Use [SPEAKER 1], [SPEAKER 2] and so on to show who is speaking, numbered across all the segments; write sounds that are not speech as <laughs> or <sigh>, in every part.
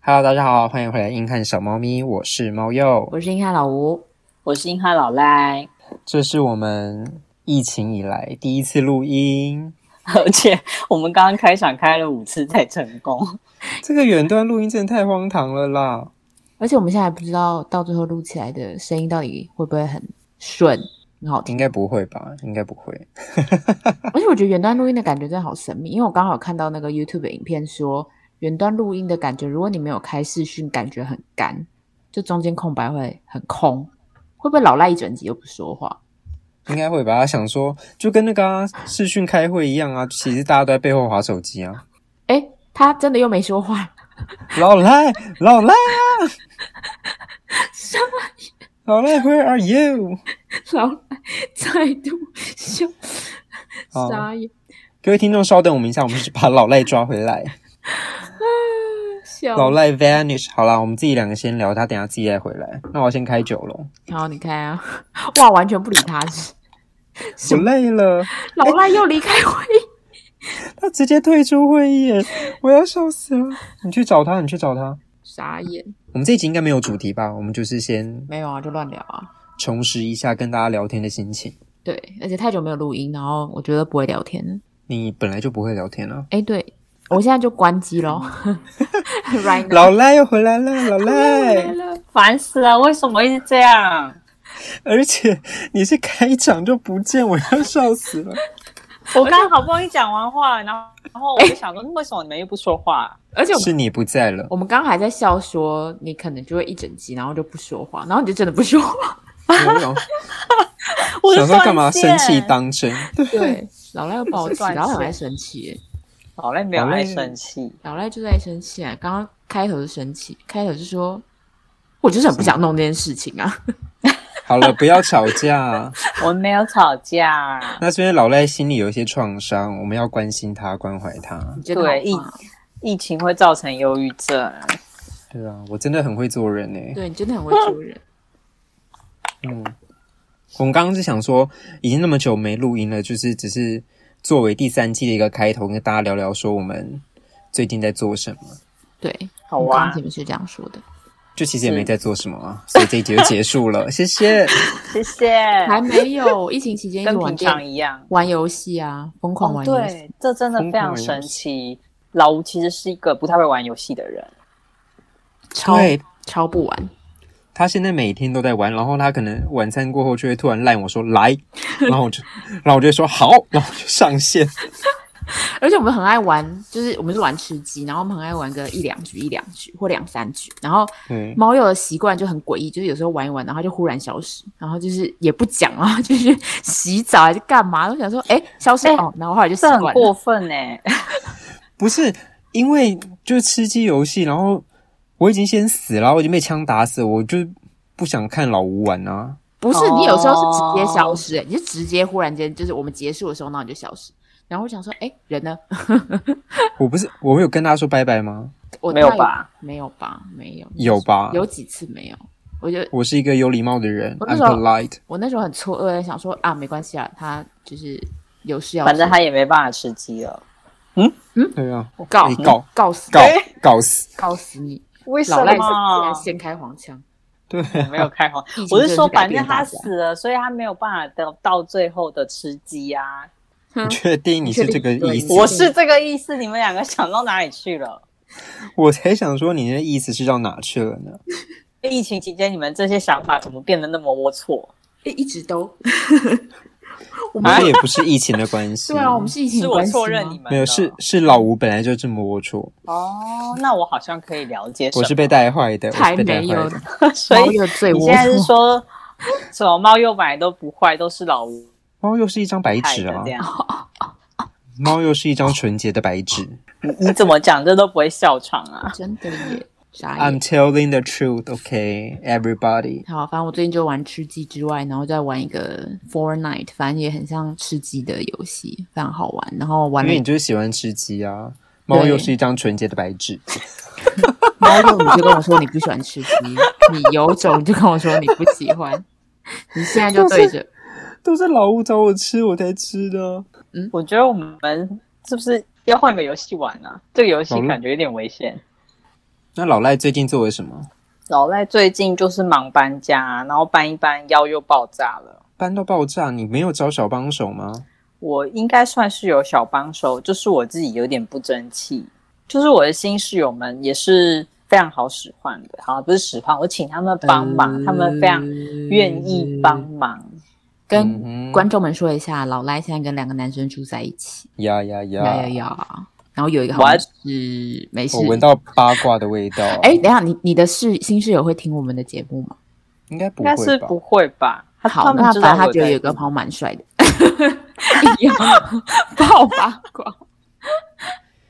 [SPEAKER 1] Hello，大家好，欢迎回来硬汉小猫咪，我是猫鼬，
[SPEAKER 2] 我是硬汉老吴，
[SPEAKER 3] 我是硬汉老赖， <laughs>
[SPEAKER 1] 这是我们疫情以来第一次录音，
[SPEAKER 3] 而且我们刚刚开场开了五次才成功， <laughs>
[SPEAKER 1] 这个远端录音真的太荒唐了啦！
[SPEAKER 2] 而且我们现在还不知道到最后录起来的声音到底会不会很
[SPEAKER 1] <laughs>
[SPEAKER 2] 顺，很好听。
[SPEAKER 1] 应该不会吧？应该不会。
[SPEAKER 2] 而且我觉得远端录音的感觉真的好神秘，因为我刚好看到那个 YouTube 的影片说，远端录音的感觉，如果你没有开视讯，感觉很干，就中间空白会很空。会不会老赖一整集都不说话？
[SPEAKER 1] 应该会吧？他想说，就跟那个、啊、视讯开会一样啊，其实大家都在背后划手机啊。
[SPEAKER 2] 诶，他真的又没说话，
[SPEAKER 1] 老赖，老赖，啊
[SPEAKER 2] <laughs> 什
[SPEAKER 1] 老赖，Where are you？
[SPEAKER 2] 么老赖再度笑
[SPEAKER 1] 好
[SPEAKER 2] 傻眼，
[SPEAKER 1] 各位听众，稍等我们一下，我们是把老赖抓回来。
[SPEAKER 2] 笑
[SPEAKER 1] 老赖 vanish，好啦，我们自己两个先聊，他等一下自己再回来。那我要先开酒了，
[SPEAKER 2] 然后你看啊， <laughs> 哇，完全不理他，
[SPEAKER 1] 我累了。
[SPEAKER 2] 老赖又离开会议。 <laughs>
[SPEAKER 1] 他直接退出会议耶，我要笑死了！你去找他，你去找他。
[SPEAKER 2] 傻眼，
[SPEAKER 1] 我们这一集应该没有主题吧？我们就是先
[SPEAKER 2] 没有啊，就乱聊啊。
[SPEAKER 1] 重拾一下跟大家聊天的心情。
[SPEAKER 2] 对，而且太久没有录音，然后我觉得不会聊天了。
[SPEAKER 1] 你本来就不会聊天啊，
[SPEAKER 2] 哎，对我现在就关机喽。right
[SPEAKER 3] <laughs>
[SPEAKER 2] now，
[SPEAKER 1] 老赖又回来了，老赖！
[SPEAKER 2] 了，
[SPEAKER 3] 烦死了！为什么一直这样？
[SPEAKER 1] 而且你是开场就不见，我要笑死了。
[SPEAKER 3] 我刚刚好不容易讲完话，然后然后我
[SPEAKER 2] 哎
[SPEAKER 3] 就想说，为什么你们又不说话？
[SPEAKER 2] 而且我
[SPEAKER 1] 是你不在了，
[SPEAKER 2] 我们刚刚还在笑说，你可能就会一整集，然后就不说话，然后你就真的不说话。
[SPEAKER 1] 没有
[SPEAKER 3] <laughs> 我
[SPEAKER 1] 想
[SPEAKER 3] 是
[SPEAKER 1] 说干嘛生气当真？
[SPEAKER 2] 对，老赖又暴气，
[SPEAKER 3] 断线
[SPEAKER 2] 老赖很爱生气耶，
[SPEAKER 3] 老赖没有爱
[SPEAKER 1] <laughs>
[SPEAKER 3] 生气，
[SPEAKER 2] 老赖就在生气啊。刚刚开头就生气，开头就说，我就是很不想弄这件事情啊。
[SPEAKER 1] 好了，不要吵架。
[SPEAKER 3] 我们没有吵架，
[SPEAKER 1] 那是因为老赖心里有一些创伤，我们要关心他，关怀他。
[SPEAKER 2] 你真的好
[SPEAKER 3] 对
[SPEAKER 2] 吗
[SPEAKER 3] 疫情会造成忧郁症。
[SPEAKER 1] 对啊，我真的很会做人呢、欸
[SPEAKER 2] 对你真的很会做人。
[SPEAKER 1] 嗯，我们刚刚是想说，已经那么久没录音了，就是只是作为第三季的一个开头，跟大家聊聊说我们最近在做什么。
[SPEAKER 2] 对，
[SPEAKER 3] 好
[SPEAKER 2] 我们刚
[SPEAKER 3] 啊
[SPEAKER 2] 刚，节目是这样说的。
[SPEAKER 1] 就其实也没在做什么啊，所以这一集就结束了。谢谢。
[SPEAKER 3] 谢谢。
[SPEAKER 2] 还没有，疫情期间一直
[SPEAKER 3] 啊 <laughs> 跟
[SPEAKER 2] 玩
[SPEAKER 3] 平
[SPEAKER 2] 电
[SPEAKER 3] 常一样，
[SPEAKER 2] 玩游戏啊，疯狂
[SPEAKER 3] 哦，
[SPEAKER 2] 玩游戏。
[SPEAKER 3] 对，这真的
[SPEAKER 1] 疯
[SPEAKER 3] 非
[SPEAKER 1] 狂
[SPEAKER 3] 常
[SPEAKER 1] 玩游
[SPEAKER 3] 神
[SPEAKER 1] 戏
[SPEAKER 3] 奇。老吴其实是一个不太会玩游戏的人，
[SPEAKER 2] 超
[SPEAKER 1] 对
[SPEAKER 2] 超不玩，
[SPEAKER 1] 他现在每天都在玩，然后他可能晚餐过后就会突然赖我说来，然后我就，然后我就说好，然后我就上线。
[SPEAKER 2] 而且我们很爱玩，就是我们是玩吃鸡，然后我们很爱玩个一两局、一两局或两三局。然后
[SPEAKER 1] 嗯，
[SPEAKER 2] 猫鼬的习惯就很诡异，就是有时候玩一玩，然后它就忽然消失，然后就是也不讲啊， <laughs> 就是洗澡还是干嘛，都想说哎、消失、
[SPEAKER 3] 哎
[SPEAKER 2] 哦，然后后来就习
[SPEAKER 3] 这很
[SPEAKER 2] 惯
[SPEAKER 3] 过
[SPEAKER 2] 了。
[SPEAKER 3] 分哎、
[SPEAKER 1] 不是因为就是吃鸡游戏，然后我已经先死了，我已经被枪打死了，我就不想看老吴玩啊。
[SPEAKER 2] 不是
[SPEAKER 3] 哦
[SPEAKER 2] 你有时候是直接消失、哎你是直接忽然间就是我们结束的时候，那你就消失。然后我想说，哎、人呢？ <laughs>
[SPEAKER 1] 我不是我有跟他说拜拜吗？
[SPEAKER 2] 我
[SPEAKER 3] 没有
[SPEAKER 2] 大概
[SPEAKER 3] 吧？
[SPEAKER 2] 没有吧？没有，
[SPEAKER 1] 有吧？
[SPEAKER 2] 有几次没有？我就
[SPEAKER 1] 我是一个有礼貌的人
[SPEAKER 2] 我那
[SPEAKER 1] ，I'm
[SPEAKER 2] 时候
[SPEAKER 1] polite。
[SPEAKER 2] 我那时候很错愕，想说啊，没关系啊，他就是有事要做，
[SPEAKER 3] 反正他也没办法吃鸡了。
[SPEAKER 1] 对
[SPEAKER 2] <laughs>
[SPEAKER 1] 啊，我
[SPEAKER 2] 告
[SPEAKER 1] 告
[SPEAKER 2] 告死
[SPEAKER 1] 告
[SPEAKER 3] 哎
[SPEAKER 1] 告死！
[SPEAKER 2] 告死你，
[SPEAKER 3] 为什
[SPEAKER 2] 老赖是竟
[SPEAKER 3] 么
[SPEAKER 2] 然？先开黄腔，
[SPEAKER 1] 对啊，
[SPEAKER 3] 哦没有开黄
[SPEAKER 2] <laughs> 疫情，
[SPEAKER 3] 我是
[SPEAKER 2] 真的
[SPEAKER 3] 说，
[SPEAKER 2] 改
[SPEAKER 3] 反
[SPEAKER 2] 变
[SPEAKER 3] 正他
[SPEAKER 2] 大家
[SPEAKER 3] 死了，所以他没有办法得到最后的吃鸡啊。
[SPEAKER 2] 嗯
[SPEAKER 1] 你确定你是这个意
[SPEAKER 2] 对
[SPEAKER 1] 思？
[SPEAKER 2] 嗯
[SPEAKER 3] 我是这个意思，你们两个想到哪里去了？
[SPEAKER 1] 我才想说你的意思是到哪去了呢？
[SPEAKER 3] 疫情期间，你们这些想法怎么变得那么龌龊？
[SPEAKER 2] 一一直都，我们
[SPEAKER 1] 这
[SPEAKER 2] 是
[SPEAKER 1] 也不是疫情的关系，
[SPEAKER 2] <laughs> 对啊，我们是疫情
[SPEAKER 3] 是我
[SPEAKER 2] 关系
[SPEAKER 3] 错
[SPEAKER 2] 吗
[SPEAKER 3] 认你们了
[SPEAKER 1] 没有是是老吴本来就这么龌龊，
[SPEAKER 3] 哦，那我好像可以了解什么。
[SPEAKER 1] 我是被带坏的，我
[SPEAKER 2] 才
[SPEAKER 1] 是被带
[SPEAKER 2] 没
[SPEAKER 1] 坏
[SPEAKER 2] 有，
[SPEAKER 1] 的。
[SPEAKER 2] <laughs>
[SPEAKER 3] 所
[SPEAKER 2] 猫
[SPEAKER 3] 以
[SPEAKER 2] 又最
[SPEAKER 3] 你
[SPEAKER 2] 龌
[SPEAKER 3] 现在是
[SPEAKER 2] 龊，
[SPEAKER 3] 说什么猫又本来都不坏，都是老吴
[SPEAKER 1] 猫又是一张白
[SPEAKER 3] 害
[SPEAKER 1] 纸
[SPEAKER 3] 的
[SPEAKER 1] 啊
[SPEAKER 3] 这，样？
[SPEAKER 1] 猫又是一张纯洁的白
[SPEAKER 2] <laughs>
[SPEAKER 1] 纸。
[SPEAKER 3] 你你怎么讲这都不会笑场啊？
[SPEAKER 2] <laughs> 真的耶，傻
[SPEAKER 1] I'm
[SPEAKER 2] 眼。
[SPEAKER 1] telling the truth, OK,
[SPEAKER 2] <laughs>
[SPEAKER 1] everybody。
[SPEAKER 2] 好，反正我最近就玩吃鸡之外，然后再玩一个 Fortnite，反正也很像吃鸡的游戏，非常好玩。然后玩
[SPEAKER 1] 因
[SPEAKER 2] 了
[SPEAKER 1] 为你就是喜欢吃鸡啊，猫又是一张纯洁的白纸。 <laughs>
[SPEAKER 2] 猫肉，你就跟我说你不喜欢吃鸡，你有种你就跟我说你不喜欢，你现在就对着，
[SPEAKER 1] 都是老吴找我吃，我才吃的。
[SPEAKER 3] 我觉得我们是不是要换个游戏玩啊？这个游戏
[SPEAKER 1] 好了
[SPEAKER 3] 感觉有点危险。
[SPEAKER 1] 那老赖最近做了什么？
[SPEAKER 3] 老赖最近就是忙搬家，然后搬一搬腰又爆炸了。
[SPEAKER 1] 搬到爆炸，你没有找小帮手吗？
[SPEAKER 3] 我应该算是有小帮手，就是我自己有点不争气，就是我的新室友们也是非常好使唤的，好不是使唤，我请他们帮
[SPEAKER 2] 嗯
[SPEAKER 3] 忙，他们非常愿意帮忙。
[SPEAKER 1] 嗯
[SPEAKER 2] 跟
[SPEAKER 1] 哼
[SPEAKER 2] 观众们说一下，老赖现在跟两个男生住在一起，
[SPEAKER 1] 呀呀呀！
[SPEAKER 2] 呀呀呀！然后有一个好像
[SPEAKER 3] What？
[SPEAKER 2] 是没事
[SPEAKER 1] 我，闻到八卦的
[SPEAKER 3] <laughs>
[SPEAKER 1] 味道。
[SPEAKER 2] 哎，等一下，你你的室新室友会听我们的节目吗？
[SPEAKER 1] 应该不
[SPEAKER 3] 应
[SPEAKER 1] 会
[SPEAKER 3] 该是
[SPEAKER 1] 吧？
[SPEAKER 3] 不会吧？他
[SPEAKER 2] 好，
[SPEAKER 3] 们
[SPEAKER 2] 那
[SPEAKER 3] 知道
[SPEAKER 2] 反正他
[SPEAKER 3] 我
[SPEAKER 2] 觉得
[SPEAKER 3] 在
[SPEAKER 2] 有个朋友蛮帅的， <laughs> 一样爆八卦。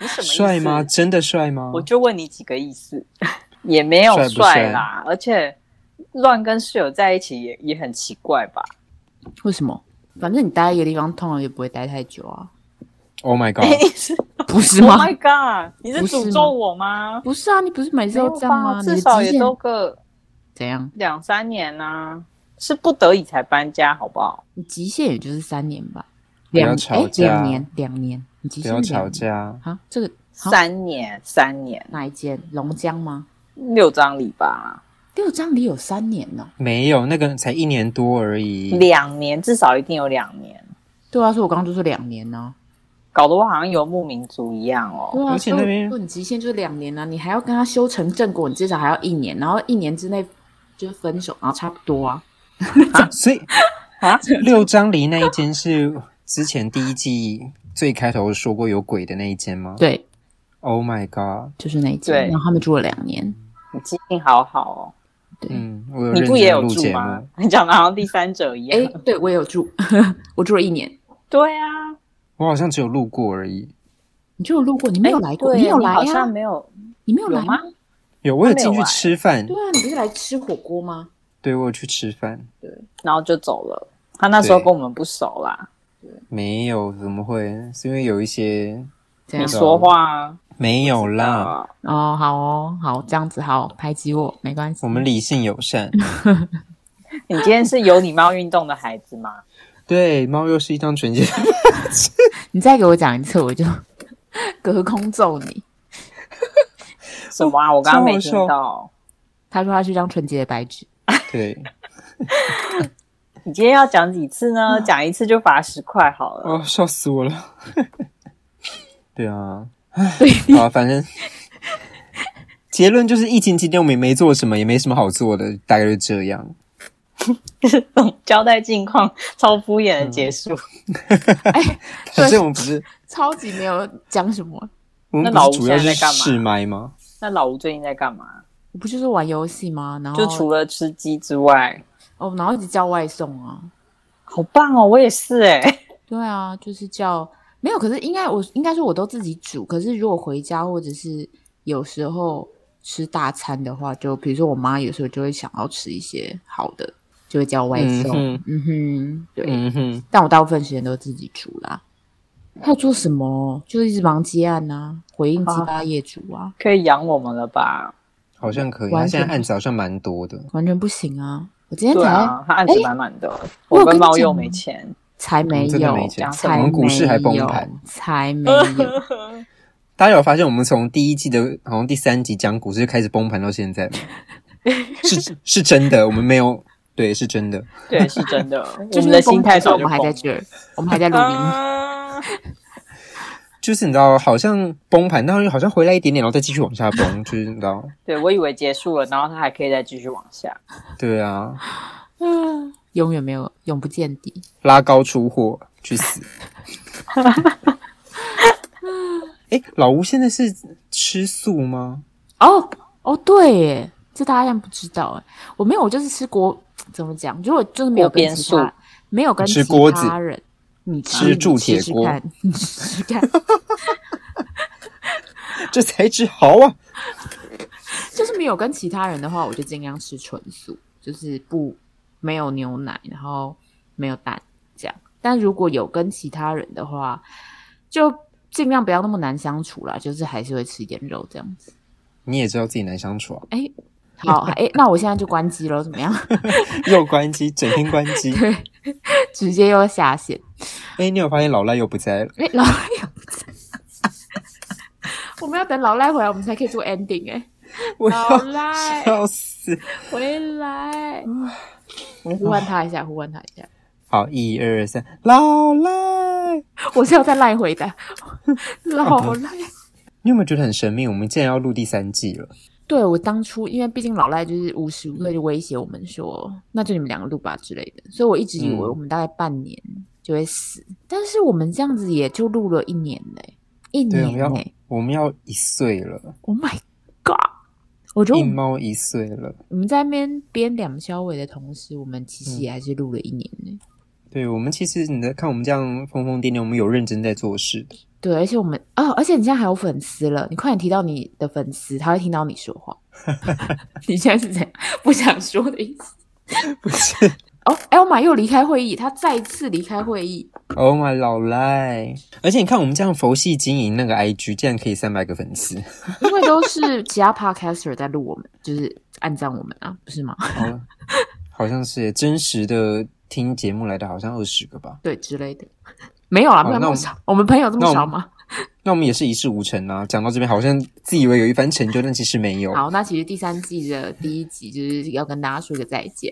[SPEAKER 3] 你什么意思
[SPEAKER 1] 帅吗？？真的帅吗？
[SPEAKER 3] 我就问你几个意思， <laughs> 也没有
[SPEAKER 1] 帅不帅
[SPEAKER 3] 帅啦，而且乱跟室友在一起也也很奇怪吧？
[SPEAKER 2] 为什么？反正你待一个地方，通常也不会待太久
[SPEAKER 3] <laughs>
[SPEAKER 2] 啊，
[SPEAKER 1] Oh my god！
[SPEAKER 3] 是
[SPEAKER 2] 不是
[SPEAKER 3] Oh
[SPEAKER 2] 吗？
[SPEAKER 3] my god！你是
[SPEAKER 2] 不是吗
[SPEAKER 3] 诅咒我吗？
[SPEAKER 2] 不是啊，你不是每次都这样
[SPEAKER 3] 没有
[SPEAKER 2] 吗？
[SPEAKER 3] 吧
[SPEAKER 2] 你的
[SPEAKER 3] 至少
[SPEAKER 2] 极
[SPEAKER 3] 也
[SPEAKER 2] 限
[SPEAKER 3] 都个
[SPEAKER 2] 怎样？
[SPEAKER 3] 两三年啊，是不得已才搬家，好不好？
[SPEAKER 2] 你极限也就是三年吧，
[SPEAKER 1] 不要
[SPEAKER 2] 两
[SPEAKER 1] 吵
[SPEAKER 2] 诶
[SPEAKER 1] 架
[SPEAKER 2] 两年，两年，你极
[SPEAKER 1] 不
[SPEAKER 2] 限
[SPEAKER 1] 要
[SPEAKER 2] 是两
[SPEAKER 1] 吵
[SPEAKER 2] 年
[SPEAKER 1] 架。
[SPEAKER 2] 啊！这个啊
[SPEAKER 3] 三年，三年，
[SPEAKER 2] 哪一间龙江吗？
[SPEAKER 3] 六张里吧，
[SPEAKER 2] 六张里有三年呢、
[SPEAKER 1] 没有，那个才一年多而已。
[SPEAKER 3] 两年至少一定有两年，
[SPEAKER 2] 对啊，所以我刚刚就说两年呢、
[SPEAKER 3] 搞得我好像游牧民族一样哦。
[SPEAKER 2] 对啊，
[SPEAKER 1] 而且
[SPEAKER 2] 所以
[SPEAKER 1] 那边
[SPEAKER 2] 我说你极限就是两年啊，你还要跟他修成正果，你至少还要一年，然后一年之内就分手，然后差不多啊。
[SPEAKER 1] 所以
[SPEAKER 3] <laughs> 啊，
[SPEAKER 1] 六张犁那一间是之前第一季最开头说过有鬼的那一间吗
[SPEAKER 2] 对，
[SPEAKER 1] ？Oh my god！
[SPEAKER 2] 就是那一间，
[SPEAKER 3] 对
[SPEAKER 2] 然后他们住了两年。
[SPEAKER 3] 你记性好好哦。
[SPEAKER 2] 对，
[SPEAKER 1] 嗯，我有
[SPEAKER 3] 你
[SPEAKER 1] 认
[SPEAKER 3] 不也
[SPEAKER 1] 真
[SPEAKER 3] 有
[SPEAKER 1] 录
[SPEAKER 3] 住
[SPEAKER 1] 节
[SPEAKER 3] 吗 <laughs>
[SPEAKER 1] 目。？
[SPEAKER 3] 你讲的好像第三者一样。
[SPEAKER 2] 哎、对我也有住， <laughs> 我住了一年。
[SPEAKER 3] 对啊，
[SPEAKER 1] 我好像只有录过而已。
[SPEAKER 2] 你就有路过，你没有来过，
[SPEAKER 3] 哎对
[SPEAKER 2] 你有来
[SPEAKER 3] 好
[SPEAKER 2] 呀、
[SPEAKER 3] 像没有
[SPEAKER 2] 你没有
[SPEAKER 3] 有
[SPEAKER 2] 来
[SPEAKER 3] 吗？？
[SPEAKER 1] 有，我有
[SPEAKER 3] 他没有
[SPEAKER 1] 进去
[SPEAKER 3] 来
[SPEAKER 1] 吃饭
[SPEAKER 2] 对，啊，你不是来吃火锅吗？
[SPEAKER 1] 对我有去吃饭，
[SPEAKER 3] 然后就走了。他那时候
[SPEAKER 1] 对
[SPEAKER 3] 跟我们不熟啦，
[SPEAKER 1] 没有，怎么会？是因为有一些
[SPEAKER 2] 这样
[SPEAKER 3] 你
[SPEAKER 1] 没错
[SPEAKER 3] 说话
[SPEAKER 1] 没有啦。
[SPEAKER 3] 啊，
[SPEAKER 2] 哦，好哦，好这样子好，排挤我没关系。
[SPEAKER 1] 我们理性友善，
[SPEAKER 3] 你今天是有礼貌运动的孩子吗？
[SPEAKER 1] <laughs> 对猫又是一张纯洁。
[SPEAKER 2] 你再给我讲一次，我就 <laughs> 隔空揍你。
[SPEAKER 3] 什么啊？我刚刚没
[SPEAKER 2] 哦
[SPEAKER 3] 听
[SPEAKER 1] 超好笑
[SPEAKER 3] 到。
[SPEAKER 2] 他说他是张纯洁的白纸，
[SPEAKER 1] <laughs> 对，
[SPEAKER 3] 你今天要讲几次呢？
[SPEAKER 2] 嗯
[SPEAKER 3] 讲一次就罚十块好
[SPEAKER 1] <laughs>
[SPEAKER 3] 了。
[SPEAKER 1] 哦，笑死我了。 <laughs> 对 <laughs> 啊，
[SPEAKER 2] 对，
[SPEAKER 1] 好啊，反正结论就是疫情期间我们也没做什么，也没什么好做的，大概就这样。
[SPEAKER 3] 这
[SPEAKER 2] 嗯
[SPEAKER 3] 种 <laughs> 交代近况超敷衍的结束。
[SPEAKER 1] 反正我们不 <laughs> 是，
[SPEAKER 2] 超级没有讲什么。
[SPEAKER 1] 我们
[SPEAKER 3] 那老
[SPEAKER 1] 不
[SPEAKER 3] 吴
[SPEAKER 1] 是主要
[SPEAKER 3] 现
[SPEAKER 1] 是
[SPEAKER 3] 在在干嘛
[SPEAKER 1] 试麦吗？
[SPEAKER 3] 那老吴最近在干嘛？
[SPEAKER 2] 我不就是玩游戏吗？然后
[SPEAKER 3] 就除了吃鸡之外，
[SPEAKER 2] 哦，然后一直叫外送啊。
[SPEAKER 3] 好棒哦！我也是哎、
[SPEAKER 2] 对啊，就是叫没有，可是应该我应该说我都自己煮，可是如果回家或者是有时候吃大餐的话，就比如说我妈有时候就会想要吃一些好的，就会叫外
[SPEAKER 1] 嗯
[SPEAKER 2] 送。
[SPEAKER 1] 哼，
[SPEAKER 2] 嗯哼，对。
[SPEAKER 1] 嗯哼，
[SPEAKER 2] 但我大部分时间都自己煮啦。还要做什么？就是一直忙接案啊，回应激发业主啊，
[SPEAKER 3] 可以养我们了吧？
[SPEAKER 1] 好像可以。
[SPEAKER 2] 完
[SPEAKER 1] 他现
[SPEAKER 2] 全
[SPEAKER 1] 在案子好像蛮多的，
[SPEAKER 2] 完全不行啊！我今天
[SPEAKER 3] 对
[SPEAKER 2] 才、
[SPEAKER 3] 啊，他案子满满的。
[SPEAKER 2] 我有
[SPEAKER 3] 我
[SPEAKER 2] 跟
[SPEAKER 3] 跟
[SPEAKER 2] 你
[SPEAKER 3] 猫
[SPEAKER 2] 讲
[SPEAKER 3] 又
[SPEAKER 2] 吗
[SPEAKER 3] 没钱，
[SPEAKER 2] 才没
[SPEAKER 1] 嗯真的
[SPEAKER 2] 有
[SPEAKER 1] 没钱，
[SPEAKER 2] 才
[SPEAKER 1] 我
[SPEAKER 2] 没有，
[SPEAKER 1] 们股市还崩盘
[SPEAKER 2] 才没有。
[SPEAKER 1] 大家有发现我们从第一季的好像第三集讲股市开始崩盘到现
[SPEAKER 2] <laughs>
[SPEAKER 1] 在吗？是是真的，我们没有，对，是真的。
[SPEAKER 3] 对，是
[SPEAKER 2] <laughs>
[SPEAKER 3] 真的。
[SPEAKER 2] 就是
[SPEAKER 3] 我们的
[SPEAKER 2] 崩
[SPEAKER 3] 心
[SPEAKER 2] 盘
[SPEAKER 3] 态
[SPEAKER 2] 之后
[SPEAKER 3] 早
[SPEAKER 2] 我
[SPEAKER 3] <laughs> 就
[SPEAKER 2] 们还在
[SPEAKER 3] 崩
[SPEAKER 2] 这儿，我们还在录音。 <laughs>
[SPEAKER 3] 啊
[SPEAKER 1] 就是你知道，好像崩盘，但是好像回来一点点，然后再继续往下崩，
[SPEAKER 2] <laughs>
[SPEAKER 1] 就是你知道，
[SPEAKER 3] 对，我以为结束了，然后它还可以再继续往下。
[SPEAKER 1] 对啊，
[SPEAKER 2] 嗯，永远没有，永不见底。
[SPEAKER 1] 拉高出货去
[SPEAKER 2] <laughs>
[SPEAKER 1] 死。哎，老吴现在是吃素吗？
[SPEAKER 2] 哦哦，对耶，这大家不知道哎，我没有，我就是吃锅，怎么讲？如果就是没有
[SPEAKER 3] 锅
[SPEAKER 2] 跟
[SPEAKER 3] 边
[SPEAKER 2] 其
[SPEAKER 3] 素
[SPEAKER 2] 他，没有跟
[SPEAKER 1] 吃
[SPEAKER 2] 其
[SPEAKER 1] 锅
[SPEAKER 2] 他
[SPEAKER 1] 子
[SPEAKER 2] 人，你
[SPEAKER 1] 吃
[SPEAKER 2] 你
[SPEAKER 1] 铸铁
[SPEAKER 2] 试试
[SPEAKER 1] 锅
[SPEAKER 2] 看，你试试看，
[SPEAKER 1] 这才知好啊！
[SPEAKER 2] 就是没有跟其他人的话，我就尽量吃纯素，就是不没有牛奶，然后没有蛋这样。但如果有跟其他人的话，就尽量不要那么难相处啦，就是还是会吃一点肉这样子。
[SPEAKER 1] 你也知道自己难相处
[SPEAKER 2] <laughs>
[SPEAKER 1] 啊，
[SPEAKER 2] 哎，好，哎，那我现在就关机了，怎么样？ <laughs>
[SPEAKER 1] 又关机，整天关机。
[SPEAKER 2] 直接又下线。
[SPEAKER 1] 哎，你有发现老赖又不在了？
[SPEAKER 2] 哎、老赖有在，我们要等老赖回来，我们才可以做 ending 哎、
[SPEAKER 1] 我
[SPEAKER 2] 好
[SPEAKER 1] 要
[SPEAKER 2] 赖，
[SPEAKER 1] 笑死。
[SPEAKER 2] 回来，呼唤他一下，呼唤他一下。
[SPEAKER 1] 好，一二三，老赖。
[SPEAKER 2] 我是要再赖回答， <laughs> 老赖。
[SPEAKER 1] 你有没有觉得很神秘？我们竟然要录第三季了。
[SPEAKER 2] 对我当初，因为毕竟老赖就是无时无刻就威胁我们说，那就你们两个录吧之类的，所以我一直以为
[SPEAKER 1] 嗯
[SPEAKER 2] 我们大概半年就会死，但是我们这样子也就录了一年嘞、一
[SPEAKER 1] 对，我们
[SPEAKER 2] 年
[SPEAKER 1] 要
[SPEAKER 2] 嘞、
[SPEAKER 1] 我们要一岁了，
[SPEAKER 2] o h my god！我觉得我
[SPEAKER 1] 一
[SPEAKER 2] 们
[SPEAKER 1] 猫一岁了。
[SPEAKER 2] 我们在那边编两小尾的同时，我们
[SPEAKER 1] 嗯
[SPEAKER 2] 其实也还是录了一年呢、
[SPEAKER 1] 对，我们其实你在看我们这样疯疯癫癫，我们有认真在做事的。
[SPEAKER 2] 对，而且我们哦，而且你现在还有粉丝了，你快点提到你的粉丝，他会听到你
[SPEAKER 1] <laughs>
[SPEAKER 2] 说话。你现在是怎样不想说的意思？
[SPEAKER 1] 不是
[SPEAKER 2] 哦，Elma 又离开会议，他再次离开会议。
[SPEAKER 1] <laughs> ，Oh my 老赖！而且你看我们这样佛系经营那个 IG，竟然可以三百个粉丝。
[SPEAKER 2] 因为都是其他 podcaster 在录我们，就是按赞我们啊，不是吗？ <laughs>
[SPEAKER 1] 好了，好像是耶真实的听节目来的，好像二十个吧。
[SPEAKER 2] 对之类的，没有啦，
[SPEAKER 1] 好
[SPEAKER 2] 没有
[SPEAKER 1] 那
[SPEAKER 2] 那
[SPEAKER 1] 我
[SPEAKER 2] 么
[SPEAKER 1] 们
[SPEAKER 2] 少，我们朋友这
[SPEAKER 1] 那
[SPEAKER 2] 么
[SPEAKER 1] 我们
[SPEAKER 2] 少吗？
[SPEAKER 1] 那我们也是一事无成啊。讲到这边，好像自以为有一番成就，但其实没有。
[SPEAKER 2] 好，那其实第三季的第一集就是要跟大家说个再见。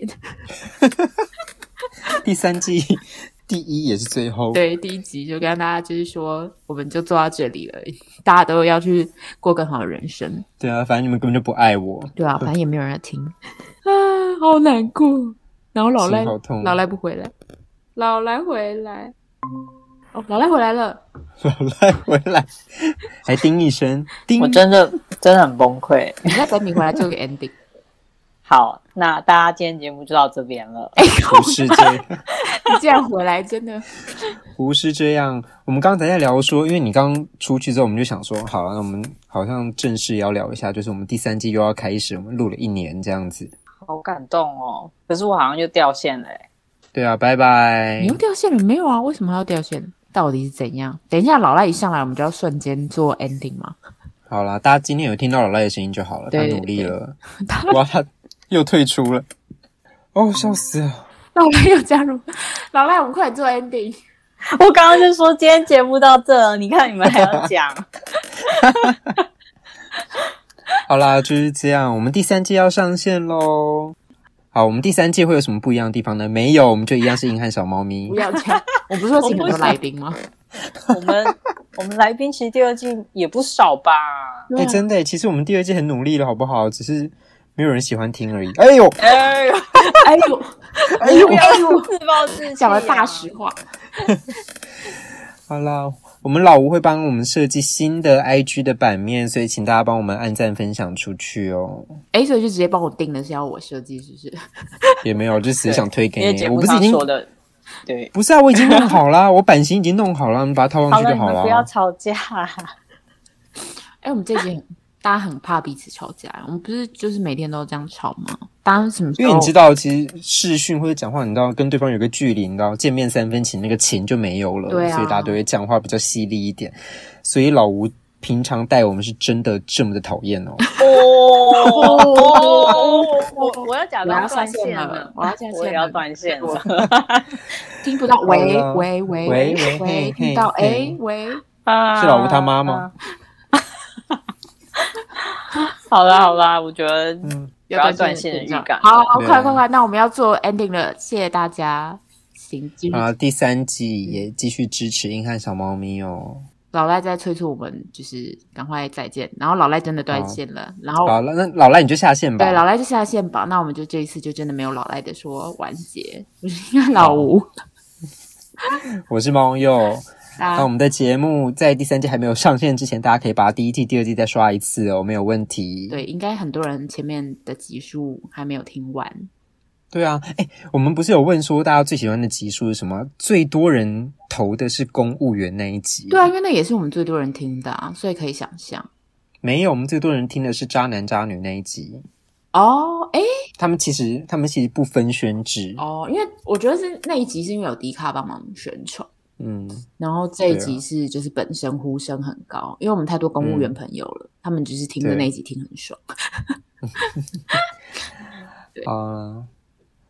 [SPEAKER 2] <laughs>
[SPEAKER 1] 第三季 <laughs> 第一也是最后，
[SPEAKER 2] 对，第一集就跟大家就是说，我们就做到这里了，大家都要去过更好的人生。
[SPEAKER 1] 对啊，反正你们根本就不爱我， <laughs>
[SPEAKER 2] 对啊，反正也没有人要听啊，好难过。然后老赖
[SPEAKER 1] 心好痛
[SPEAKER 2] 老赖不回来，老赖回来，哦，老赖回来了。
[SPEAKER 1] 老赖回来还叮一
[SPEAKER 3] <laughs>
[SPEAKER 1] 声，叮
[SPEAKER 2] 嗯
[SPEAKER 3] 我真的真的很崩溃。
[SPEAKER 2] 你在等你回来做个 ending。
[SPEAKER 3] 好，那大家今天节目就到这边了。
[SPEAKER 1] 不是这样，
[SPEAKER 2] 你竟然回来，真的。
[SPEAKER 1] 不是这样。我们刚才在聊说，因为你刚出去之后，我们就想说，好了，那我们好像正式也要聊一下，就是我们第三季又要开始，我们录了一年这样子。
[SPEAKER 3] 好感动哦，可是我好像又掉线了欸。
[SPEAKER 1] 对啊，拜拜
[SPEAKER 2] 你又。掉线了？没有啊，为什么还要掉线？到底是怎样？等一下老赖一上来，我们就要瞬间做 ending 嘛。
[SPEAKER 1] 好啦，大家今天有听到老赖的声音就好了，他
[SPEAKER 2] 对
[SPEAKER 1] 努力了。
[SPEAKER 2] 他
[SPEAKER 1] 哇，他又退出了。哦，笑死了！
[SPEAKER 2] <laughs> 老赖又加入， <laughs> 老赖，我们快点做 ending。
[SPEAKER 3] 我刚刚就说今天节目到这了，你看你们还要 <laughs> 讲，
[SPEAKER 1] 好啦，就是这样，我们第三季要上线喽。好，我们第三季会有什么不一样的地方呢？没有，我们就一样是硬汉小猫咪
[SPEAKER 2] 不。要这
[SPEAKER 1] <laughs>
[SPEAKER 2] 样，我不是说请很多来宾吗？
[SPEAKER 3] 我们我们来宾其实第二季也不少吧？
[SPEAKER 1] 哎、真的耶，其实我们第二季很努力了，好不好？只是没有人喜欢听而已。哎呦，
[SPEAKER 3] 哎呦，
[SPEAKER 2] <laughs> 哎呦，
[SPEAKER 1] 哎呦
[SPEAKER 3] 不，要自暴自弃、啊，
[SPEAKER 2] 讲了大实话。
[SPEAKER 1] 哎好啦，我们老吴会帮我们设计新的 IG 的版面，所以请大家帮我们按赞分享出去哦。
[SPEAKER 2] 哎，所以就直接帮我定了，是要我设计，是不是？
[SPEAKER 1] 也没有，就只是想推
[SPEAKER 3] 因
[SPEAKER 1] 给
[SPEAKER 3] 为
[SPEAKER 1] 你。
[SPEAKER 3] 节
[SPEAKER 1] 我
[SPEAKER 3] 目
[SPEAKER 1] 不是已
[SPEAKER 3] 上
[SPEAKER 1] 经
[SPEAKER 3] 说的，对。
[SPEAKER 1] 不是啊，我已经弄好啦，我版型已经弄好了，你把它套上
[SPEAKER 3] 好
[SPEAKER 1] 去
[SPEAKER 3] 了，
[SPEAKER 1] 就
[SPEAKER 3] 你们
[SPEAKER 1] 了。
[SPEAKER 3] 不要吵架。
[SPEAKER 2] 哎，我们这集很大家很怕彼此吵架，我们不是就是每天都这样吵吗？大家什么时
[SPEAKER 1] 因
[SPEAKER 2] 候？
[SPEAKER 1] 为你知道，其实视讯或者讲话，你知道跟对方有个距离，你知道见面三分情，那个情就没有了，
[SPEAKER 2] 对啊
[SPEAKER 1] 所以大家都会讲话比较犀利一点。所以老吴平常待我们是真的这么的讨厌
[SPEAKER 2] <laughs>
[SPEAKER 1] 哦。
[SPEAKER 3] 哦，我我要假
[SPEAKER 2] 我要
[SPEAKER 3] 装
[SPEAKER 2] 上
[SPEAKER 3] 断
[SPEAKER 2] 线
[SPEAKER 3] 线
[SPEAKER 2] 了
[SPEAKER 3] 了，，
[SPEAKER 2] 我要下线了，
[SPEAKER 3] 我也要断线了。
[SPEAKER 2] 听不到，喂
[SPEAKER 1] 好了
[SPEAKER 2] 喂
[SPEAKER 1] 呃喂
[SPEAKER 2] 喂
[SPEAKER 1] 喂
[SPEAKER 2] 喂，
[SPEAKER 1] 嘿
[SPEAKER 2] 听到
[SPEAKER 1] 嘿
[SPEAKER 2] 哎
[SPEAKER 1] 嘿
[SPEAKER 2] 喂，
[SPEAKER 3] 啊嗯
[SPEAKER 1] 是老吴他妈吗？
[SPEAKER 3] <laughs> 好啦好啦，我觉得
[SPEAKER 1] 嗯，
[SPEAKER 3] 不要断线的预感
[SPEAKER 2] 好，好
[SPEAKER 1] 对啊
[SPEAKER 2] 快快快，那我们要做 ending 了，谢谢大家。行，继续
[SPEAKER 1] 啊，第三季也继续支持硬汉小猫咪哦。
[SPEAKER 2] 老赖在催促我们，就是赶快再见。然后老赖真的断线了，然后
[SPEAKER 1] 好了，那老赖你就下线吧。
[SPEAKER 2] 对老赖就下线吧。那我们就这一次就真的没有老赖的说完结，我是应该老吴。
[SPEAKER 1] 我是猫鼬。
[SPEAKER 2] 啊
[SPEAKER 1] 那我们的节目在第三季还没有上线之前，大家可以把第一季、第二季再刷一次哦，没有问题。
[SPEAKER 2] 对，应该很多人前面的集数还没有听
[SPEAKER 1] 嗯
[SPEAKER 2] 完，
[SPEAKER 1] 对啊，哎，我们不是有问说大家最喜欢的集数是什么？最多人投的是公务员那一集。
[SPEAKER 2] 对啊，因为那也是我们最多人听的啊，所以可以想象
[SPEAKER 1] 没有，我们最多人听的是渣男渣女那一集。
[SPEAKER 2] 哦。哎，
[SPEAKER 1] 他们其实他们其实不分宣制，
[SPEAKER 2] 哦，因为我觉得是那一集是因为有迪卡帮忙宣传，
[SPEAKER 1] 嗯，
[SPEAKER 2] 然后这一
[SPEAKER 1] 对
[SPEAKER 2] 集
[SPEAKER 1] 啊嗯
[SPEAKER 2] 是就是本身呼声很高，因为我们太多公务员朋友了，他们就是听着
[SPEAKER 1] 对
[SPEAKER 2] 那一集听很爽。 <laughs>
[SPEAKER 1] 啊、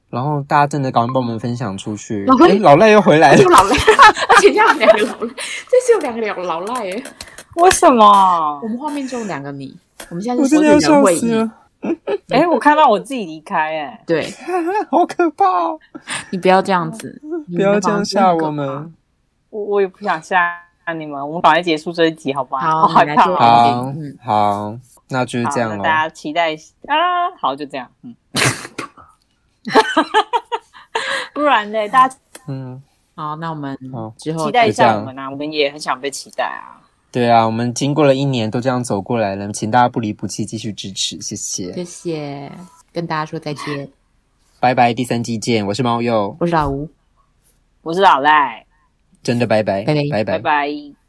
[SPEAKER 1] 然后大家真的赶快帮我们分享出去
[SPEAKER 2] 老。赖
[SPEAKER 1] 哎，老赖又回来
[SPEAKER 2] 而且
[SPEAKER 1] 了
[SPEAKER 2] 有，老赖，而且这样有两个老赖，这是有两个老老赖耶。
[SPEAKER 3] 为什么
[SPEAKER 2] 我？们画面中有两个你，我们现
[SPEAKER 1] <laughs>
[SPEAKER 2] 在
[SPEAKER 1] 我
[SPEAKER 2] 是
[SPEAKER 1] 真的
[SPEAKER 2] 所
[SPEAKER 1] 要
[SPEAKER 2] 有人
[SPEAKER 1] 笑
[SPEAKER 2] 会
[SPEAKER 1] 死
[SPEAKER 2] 议，
[SPEAKER 1] 了，
[SPEAKER 3] 哎、我看到我自己离开、哎，
[SPEAKER 2] 对
[SPEAKER 1] <laughs> 好可怕哦！
[SPEAKER 2] 你不要这样
[SPEAKER 1] <laughs>
[SPEAKER 2] 子，你
[SPEAKER 1] 不要
[SPEAKER 2] 们
[SPEAKER 1] 这样
[SPEAKER 2] 房间很
[SPEAKER 1] 吓
[SPEAKER 2] 可
[SPEAKER 1] 我
[SPEAKER 2] 怕
[SPEAKER 1] 们。
[SPEAKER 3] 我我也不想吓你们，我们赶快结束这一集，好不
[SPEAKER 2] 好
[SPEAKER 3] 好害怕
[SPEAKER 2] 我们来做
[SPEAKER 3] 哦，
[SPEAKER 1] 好
[SPEAKER 2] 嗯
[SPEAKER 1] 好，那就是这样
[SPEAKER 3] 好那
[SPEAKER 1] 喽。
[SPEAKER 3] 大家期待一下啊，好，就这样， <laughs> 嗯，不然呢，大家
[SPEAKER 1] 嗯，
[SPEAKER 2] 好，那我们
[SPEAKER 1] 好
[SPEAKER 2] 之后
[SPEAKER 3] 期待一
[SPEAKER 1] 就这
[SPEAKER 3] 下
[SPEAKER 1] 样
[SPEAKER 3] 我们啊，我们也很想被期待啊。
[SPEAKER 1] 对啊，我们经过了一年都这样走过来了，请大家不离不弃，继续支持，谢谢
[SPEAKER 2] 谢。谢，跟大家说再见。
[SPEAKER 1] 拜拜，第三季见，我是猫鼬，
[SPEAKER 2] 我是老吴，
[SPEAKER 3] 我是老赖，
[SPEAKER 1] 真的拜拜，
[SPEAKER 2] 拜拜
[SPEAKER 1] 拜
[SPEAKER 3] 拜
[SPEAKER 1] 拜。
[SPEAKER 3] 拜